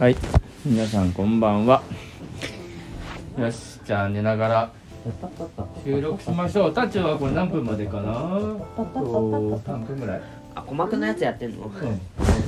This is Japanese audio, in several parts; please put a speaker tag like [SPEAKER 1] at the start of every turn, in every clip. [SPEAKER 1] はい皆さんこんばんはよしじゃあ寝ながら収録しましょうタチはこれ何分までかなと3分ぐらい
[SPEAKER 2] あ鼓膜のやつやってんの
[SPEAKER 1] うん僕のやつをやっ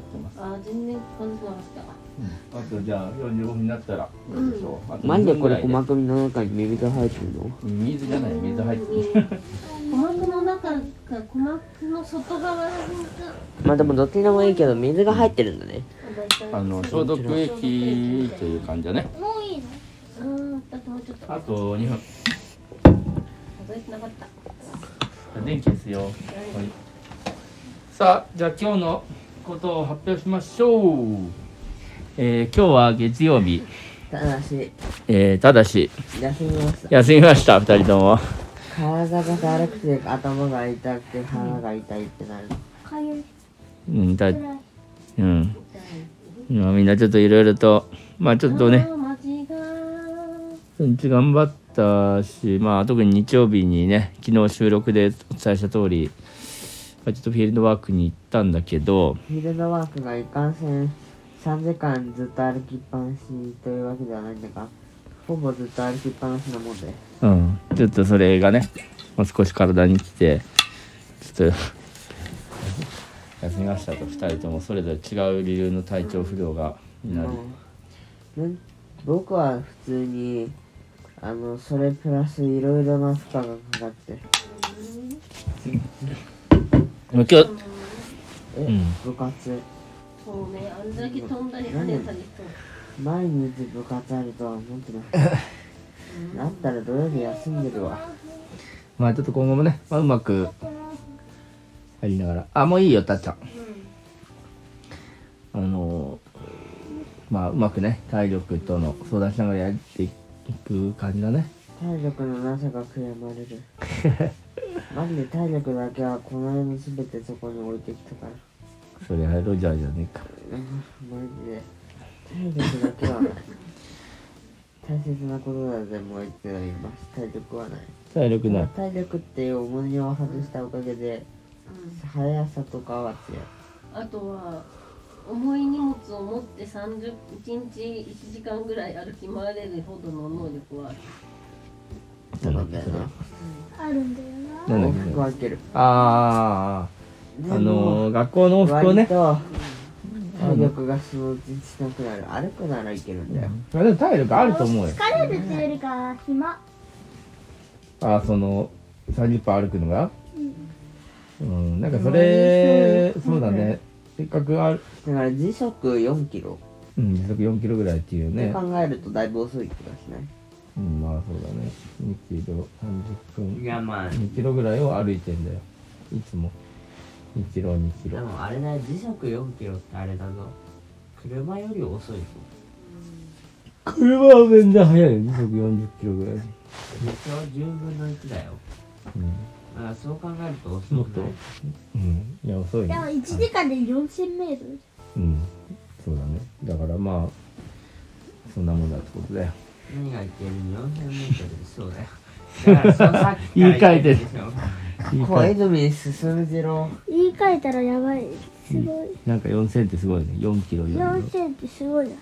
[SPEAKER 1] てます、
[SPEAKER 3] あ、全然こんなのした。
[SPEAKER 1] うん、あとじゃあ45分になったらどうでしょうあと
[SPEAKER 2] なんでこれ
[SPEAKER 1] 二
[SPEAKER 2] 鼓
[SPEAKER 1] 分ぐらい
[SPEAKER 2] 膜の中に耳が入ってるの
[SPEAKER 1] 水じゃない水入ってる
[SPEAKER 3] 鼓膜の中か鼓膜の外側が
[SPEAKER 2] まあでもどっちでもいいけど水が入ってるんだね
[SPEAKER 1] あの消毒液という感じだね
[SPEAKER 3] もういいの？うん、だってもうちょっと
[SPEAKER 1] あと2分
[SPEAKER 3] 数えてなかった。
[SPEAKER 1] 電気ですよ、はい、さあじゃあ今日のことを発表しましょう、えー今日は月曜日、
[SPEAKER 2] ただし
[SPEAKER 1] えーただし
[SPEAKER 2] 休みました
[SPEAKER 1] 休みました2人とも
[SPEAKER 2] 体がだるくて頭が痛くて腹が痛いってなる
[SPEAKER 3] かゆい
[SPEAKER 1] うんだ
[SPEAKER 3] くらい。
[SPEAKER 1] うん今みんなちょっといろいろとまあちょっとね
[SPEAKER 3] あー。間違い
[SPEAKER 1] うんち頑張ったしまあ特に日曜日にね昨日収録でお伝えした通りまあちょっとフィールドワークに行ったんだけど
[SPEAKER 2] フィールドワークがいかんせん3時間ずっと歩きっぱなしというわけではないんだがほぼずっと歩きっぱなしなもんで
[SPEAKER 1] うん、ちょっとそれがね、もう少し体にきて、ちょっと休みましたと、2人ともそれぞれ違う理由の体調不良がになり、
[SPEAKER 2] うんなん僕は普通にあのそれプラスいろいろな負荷がかかって
[SPEAKER 1] もう今日、
[SPEAKER 2] え、
[SPEAKER 1] ん
[SPEAKER 2] 部活
[SPEAKER 3] そうね、あれだけ飛んだり跳ねたりと。
[SPEAKER 2] 毎日部活あるとは思ってないだったら土曜日休んでるわ
[SPEAKER 1] まあちょっと今後もね、まあ、うまく入りながら、あ、もういいよ、たっちゃん。あのーまあうまくね、体力との相談しながらやっていく感じだね。
[SPEAKER 2] 体力のなさが悔やまれるマジで体力だけはこの世の全てそこに置いてきたから
[SPEAKER 1] それはロジャーじゃねえか。
[SPEAKER 2] うんマジで体力だけは大切なことだぜもう言っております体力はない
[SPEAKER 1] 体力ない。
[SPEAKER 2] 体力っていう重荷を外したおかげで速さとかは強い
[SPEAKER 3] あとは重い荷物を持って三十一日1時間ぐらい歩き回れるほどの能力はある。
[SPEAKER 2] そうなんだよな
[SPEAKER 3] あるんだよ
[SPEAKER 1] なんだ
[SPEAKER 2] 往
[SPEAKER 1] っけそれ
[SPEAKER 2] 復分ける
[SPEAKER 1] あー、
[SPEAKER 2] でも
[SPEAKER 1] あのー学校の往復をね
[SPEAKER 2] 割、と体力がそのうちしなくなる歩くならいけるんだよ
[SPEAKER 1] まあでも体力あると思うよ
[SPEAKER 4] 疲れるというよりかは暇
[SPEAKER 1] あその30分歩くのがうん、なんかそれそうだねせっかくある、
[SPEAKER 2] だから時速4キロ
[SPEAKER 1] うん、時速4キロぐらいっていう
[SPEAKER 2] って
[SPEAKER 1] ね、
[SPEAKER 2] 考えるとだいぶ遅い気がしない
[SPEAKER 1] うん、まあそうだね2キロ30分
[SPEAKER 2] やまあ
[SPEAKER 1] 2キロぐらいを歩いてんだよいつも2キロ2キロ
[SPEAKER 2] もあれだよ時速4キロってあれだぞ車より遅いぞ
[SPEAKER 1] 車は全然速いよ時速40キロぐらい、
[SPEAKER 2] それは10分の1だよだからそう考えると遅
[SPEAKER 1] うん、もっとうんいや遅い
[SPEAKER 4] で
[SPEAKER 1] ね
[SPEAKER 4] も1時間で 4000m
[SPEAKER 1] うんそうだねだからまあそんなもんだってことだよ
[SPEAKER 2] 何がいける ?4000m でそうだよ。だからそのさっ きから言ってるでしょ
[SPEAKER 1] いいか
[SPEAKER 2] 小泉進次郎。
[SPEAKER 4] 言い換えたらやばいすごい
[SPEAKER 1] なんか4000ってすごいね4キロ4キロ
[SPEAKER 4] 4000ってすごいな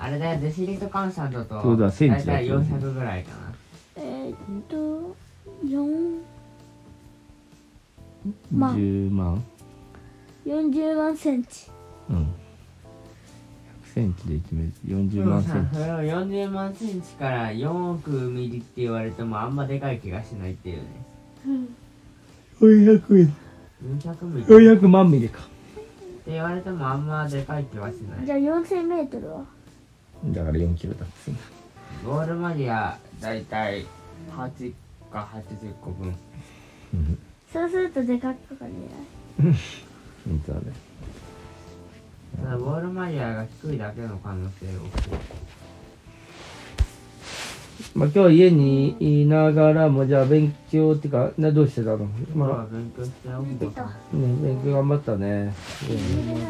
[SPEAKER 2] あれだよ、デシリートコンサートと。
[SPEAKER 1] そうだセンチだ
[SPEAKER 2] だいたい400ぐらいかな。
[SPEAKER 4] えー、っと4まあ
[SPEAKER 1] 10万
[SPEAKER 4] 40万センチ
[SPEAKER 1] うん100センチで1メートル40万セン
[SPEAKER 2] それを40万センチから4億ミリって言われてもあんまでかい気がしないっていうね。
[SPEAKER 1] チ400円
[SPEAKER 2] 400ミリって
[SPEAKER 1] 400万ミリか
[SPEAKER 2] 言われてもあんまでかい気はしない。
[SPEAKER 4] じゃあ 4000m は
[SPEAKER 1] だから4キロだっつうの
[SPEAKER 2] ゴールまでやだいたい8か80個分。
[SPEAKER 1] うん
[SPEAKER 4] そうするとでかく感じない
[SPEAKER 1] 本当だね
[SPEAKER 2] ただボールマイヤーが低いだけの可能性を
[SPEAKER 1] まあ今日家にいながらもじゃあ勉強っていうかなどうしてたの
[SPEAKER 2] 今日
[SPEAKER 1] ま
[SPEAKER 2] は勉強してお
[SPEAKER 4] 出た
[SPEAKER 1] あ、うん勉強頑張ったね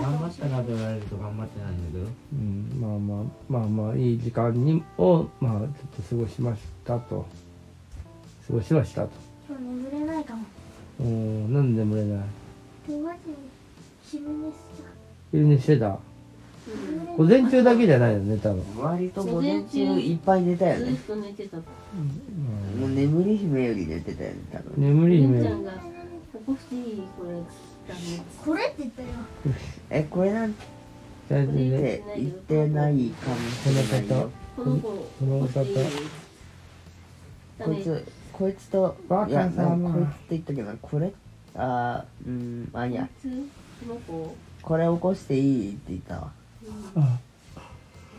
[SPEAKER 2] 頑張ったかと言われると頑張ってないんだけど
[SPEAKER 1] うんまあまあまあまあいい時間にをまあちょっと過ごしましたと過ごしはしたと
[SPEAKER 4] 今日眠れないかも
[SPEAKER 1] うんなんで眠れない
[SPEAKER 4] でマジで昼寝しちゃ
[SPEAKER 1] 昼寝してた
[SPEAKER 4] う眠れない
[SPEAKER 1] 午前中だけじゃないよね多分
[SPEAKER 5] 割と午前中いっぱい寝たよ
[SPEAKER 3] ずっ
[SPEAKER 5] ね
[SPEAKER 3] と寝てた
[SPEAKER 5] もう眠り姫より寝てたよね多分ね
[SPEAKER 1] 眠り
[SPEAKER 3] ゆう
[SPEAKER 1] 夢
[SPEAKER 3] ちゃんが「起こしていいこれ」って言ったの
[SPEAKER 4] これって言ったよ
[SPEAKER 5] えこれなん
[SPEAKER 1] 大事ね
[SPEAKER 5] て言ってないかもしれないよ
[SPEAKER 3] この子
[SPEAKER 1] この
[SPEAKER 3] 起こしていいダ
[SPEAKER 5] こい
[SPEAKER 3] メ
[SPEAKER 5] つこいつと
[SPEAKER 1] バカ
[SPEAKER 5] いや
[SPEAKER 1] さ
[SPEAKER 5] なん
[SPEAKER 1] ま
[SPEAKER 5] かこいつって言ったけどこれあーうんあいや
[SPEAKER 3] 普通この子わ
[SPEAKER 5] これ起こしていいって言ったわ
[SPEAKER 1] あ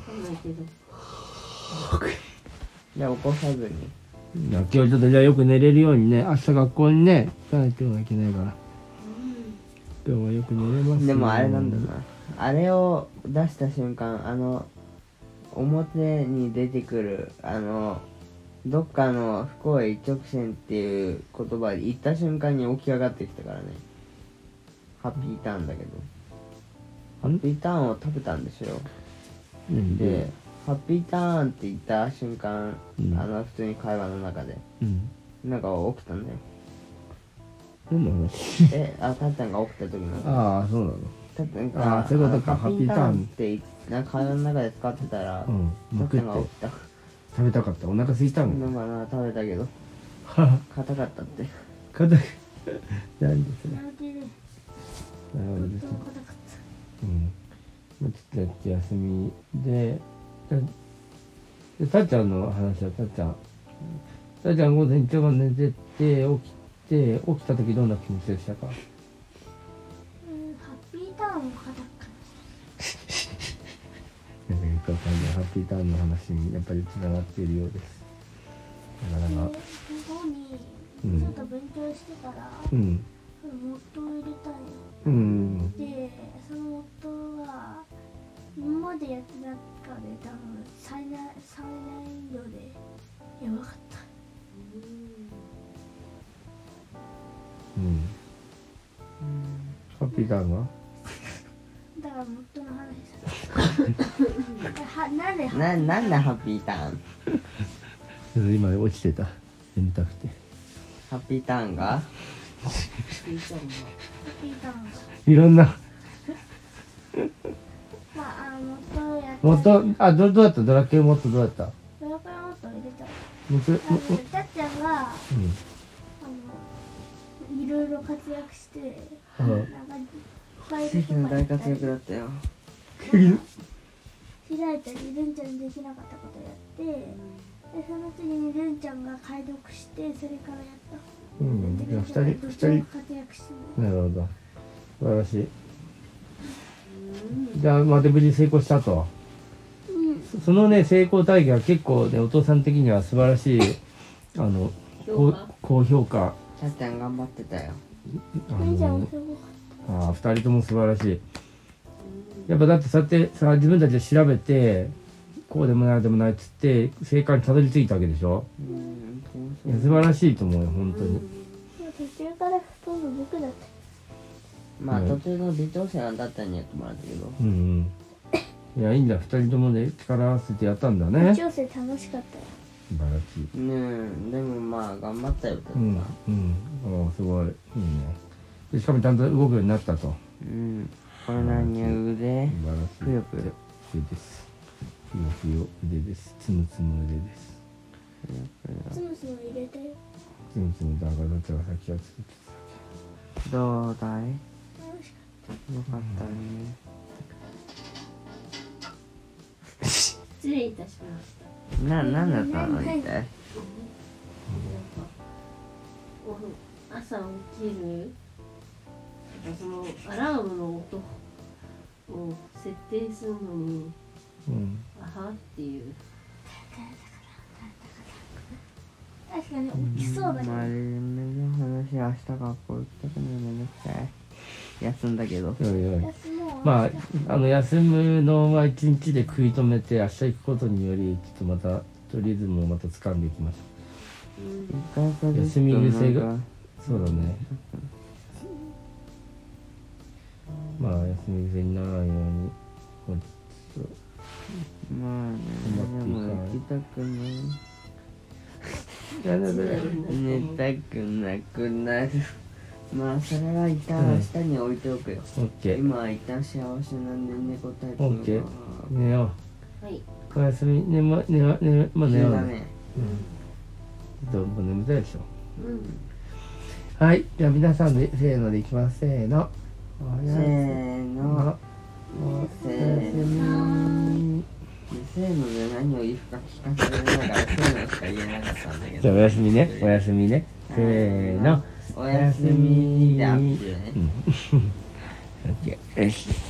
[SPEAKER 3] かんないけど
[SPEAKER 5] じゃあ起こさずに
[SPEAKER 1] いや今日ちょっとじゃあよく寝れるようにね明日学校にね行かなきゃいけないから今日はよく寝れますよ
[SPEAKER 5] でもあれなんだなあれを出した瞬間あの表に出てくるあのどっかの不幸へ一直線っていう言葉で言った瞬間に起き上がってきたからねハッピーターンだけどハッピーターンを食べたんですよ
[SPEAKER 1] うん
[SPEAKER 5] でハッピーターンって言った瞬間
[SPEAKER 1] うん
[SPEAKER 5] あの普通に会話の中で
[SPEAKER 1] うん
[SPEAKER 5] なんか起きた んだよ
[SPEAKER 1] 何の話
[SPEAKER 5] えあたっちゃんが起きた時の
[SPEAKER 1] ああそうなの
[SPEAKER 5] たっちゃん
[SPEAKER 1] あ
[SPEAKER 5] が
[SPEAKER 1] ーそういうことか
[SPEAKER 5] あのハッピータ
[SPEAKER 1] ハッ
[SPEAKER 5] ー
[SPEAKER 1] ピー
[SPEAKER 5] ンってなんか会話の中で使ってたら、
[SPEAKER 1] うん
[SPEAKER 5] た
[SPEAKER 1] もう
[SPEAKER 5] っち
[SPEAKER 1] 食
[SPEAKER 5] ゃ
[SPEAKER 1] っ
[SPEAKER 5] んが起
[SPEAKER 1] て
[SPEAKER 5] きた
[SPEAKER 1] 食べたかったお腹空いたもん
[SPEAKER 5] なんかな食べたけど
[SPEAKER 1] はは
[SPEAKER 5] 硬かったって
[SPEAKER 1] 硬いなんですね
[SPEAKER 4] やる気
[SPEAKER 1] な
[SPEAKER 4] で
[SPEAKER 1] るほどですね
[SPEAKER 4] 本当に硬かっ
[SPEAKER 1] うんまあちょっとやって休みでたでたっちゃんの話はたっちゃんたっちゃん午前中まで寝てて起きて起きた時どんな気持ちでしたか
[SPEAKER 4] たうんハッピーターンも硬かった
[SPEAKER 1] なんかよくわかんないハッピーターンの話にやっぱり繋がっているようですなか
[SPEAKER 4] で
[SPEAKER 1] な
[SPEAKER 4] 午
[SPEAKER 1] か
[SPEAKER 4] 後に
[SPEAKER 1] うん
[SPEAKER 4] ちょっと勉強してから、
[SPEAKER 1] うん
[SPEAKER 4] モットを入れたんよ
[SPEAKER 1] うん
[SPEAKER 4] でそのモットーは今までやってなかったで多分最大最大量でやばかった
[SPEAKER 1] うんハッピーターンは
[SPEAKER 4] だからモットーの話 さはなんで
[SPEAKER 5] ななんだハッピーターン
[SPEAKER 1] ちょっと今落ちてた眠たくて
[SPEAKER 5] ハッピーターンが
[SPEAKER 3] ゆうちゃんが
[SPEAKER 4] 聞いたのか
[SPEAKER 1] いろんな
[SPEAKER 4] まああのモットーをやって
[SPEAKER 1] もっとあどどうだったドラッケンもっとどうだった
[SPEAKER 4] ドラクエモットを入れた
[SPEAKER 1] もっとも
[SPEAKER 4] 多
[SPEAKER 1] も
[SPEAKER 4] 分たっちゃんがあ
[SPEAKER 1] うん
[SPEAKER 4] のいろいろ活躍して
[SPEAKER 1] うん
[SPEAKER 4] なんかいっぱい
[SPEAKER 5] 奇跡の大活躍だ
[SPEAKER 4] 開
[SPEAKER 5] ったよ
[SPEAKER 4] いたりルンちゃんにできなかったことやってでその次にルンちゃんが解読してそれからやった
[SPEAKER 1] うん、じゃあ二人、
[SPEAKER 4] どっ
[SPEAKER 1] 二
[SPEAKER 4] ちも
[SPEAKER 1] 人、
[SPEAKER 4] 活躍してる
[SPEAKER 1] なるほど。素晴らしい。じゃあ、まあ、で、無事成功したと。
[SPEAKER 4] うん
[SPEAKER 1] そそのね、成功体験は結構ね、お父さん的には素晴らしい、あの、高
[SPEAKER 3] 評価
[SPEAKER 1] 高評価。
[SPEAKER 5] たっちゃん頑張ってたよ
[SPEAKER 1] あ
[SPEAKER 4] ルンちゃん
[SPEAKER 1] の
[SPEAKER 4] もすごかっ
[SPEAKER 1] あー二人とも素晴らしい。やっぱだってそうやってさ、自分たちで調べて、こうでもないああでもないっつって、正解にたどり着いたわけでしょ
[SPEAKER 5] うん
[SPEAKER 1] いや素晴らしいと思うよ、本当に。
[SPEAKER 4] たもう途中からほとんど僕だっ
[SPEAKER 5] まあ
[SPEAKER 1] うん
[SPEAKER 5] 途中の微調整はだったんにやってもらったけど
[SPEAKER 1] うんうん。いや、いいんだ。二人ともね、力合わせてやったんだね。
[SPEAKER 4] た
[SPEAKER 1] 素
[SPEAKER 4] 調整楽しかったよ
[SPEAKER 1] 晴らしい。
[SPEAKER 5] うんでもまあ頑張ったよたっちゃ
[SPEAKER 1] うん、うん、おーすごい、いいね。でしかもちゃんと動くようになったと。
[SPEAKER 5] うんこれ何や腕
[SPEAKER 1] 素晴らしい。
[SPEAKER 5] くよくよ
[SPEAKER 1] 腕です。ふよふよ腕です。つむつむ腕です。
[SPEAKER 4] つむつむ入れたよ
[SPEAKER 1] つむつむだからどっちが先はつけて
[SPEAKER 5] どうだい
[SPEAKER 4] 楽しか
[SPEAKER 5] よかったね
[SPEAKER 3] 失礼いたしました
[SPEAKER 5] な、なんだったの一体
[SPEAKER 3] お朝起きるなんかそのアラームの音を設定するのに
[SPEAKER 1] た。うん。
[SPEAKER 3] あはっていう
[SPEAKER 4] った確かに起きそうだけど
[SPEAKER 5] 真面目な話明日学校行きたくないめんどくさい休んだけど
[SPEAKER 1] よいよい。
[SPEAKER 4] 休もう
[SPEAKER 1] まあ、あの休むのは一日で食い止めて、明日行くことにより、ちょっとまた。リズムをまた掴んでいきましょ
[SPEAKER 5] 一回か
[SPEAKER 1] 休み癖がう。そうだね。まあ、休み癖にならないように。こうちょっと
[SPEAKER 5] まあねでも行きたくない
[SPEAKER 1] やだ
[SPEAKER 3] 失礼になって
[SPEAKER 5] 寝たくなくなるまあそれは一旦明日に置いておくよ、
[SPEAKER 1] オッケー
[SPEAKER 5] 今は一旦幸せなんで猫タイプ
[SPEAKER 1] オッケー寝よ
[SPEAKER 3] はい。
[SPEAKER 1] うおやすみ寝ま寝ま寝ままあ寝よう
[SPEAKER 5] だ
[SPEAKER 1] ね
[SPEAKER 5] ね
[SPEAKER 1] ちょっともう眠たいでしょ
[SPEAKER 3] うん。
[SPEAKER 1] はい、じゃあ皆さんでせーのでいきます。せーの。お
[SPEAKER 5] せ
[SPEAKER 1] や
[SPEAKER 5] ー
[SPEAKER 1] す
[SPEAKER 5] の。
[SPEAKER 1] おやす
[SPEAKER 5] せー
[SPEAKER 1] み。
[SPEAKER 5] せーので何を言うか聞かせられながらせーのしか言えなかったんだけ
[SPEAKER 1] じゃあ
[SPEAKER 5] ど
[SPEAKER 1] おやすみね。おやすみね。せーの。
[SPEAKER 5] おやすみでア
[SPEAKER 1] おや
[SPEAKER 5] ッ
[SPEAKER 1] す
[SPEAKER 5] プ
[SPEAKER 1] み
[SPEAKER 5] だね
[SPEAKER 1] オッケーよし。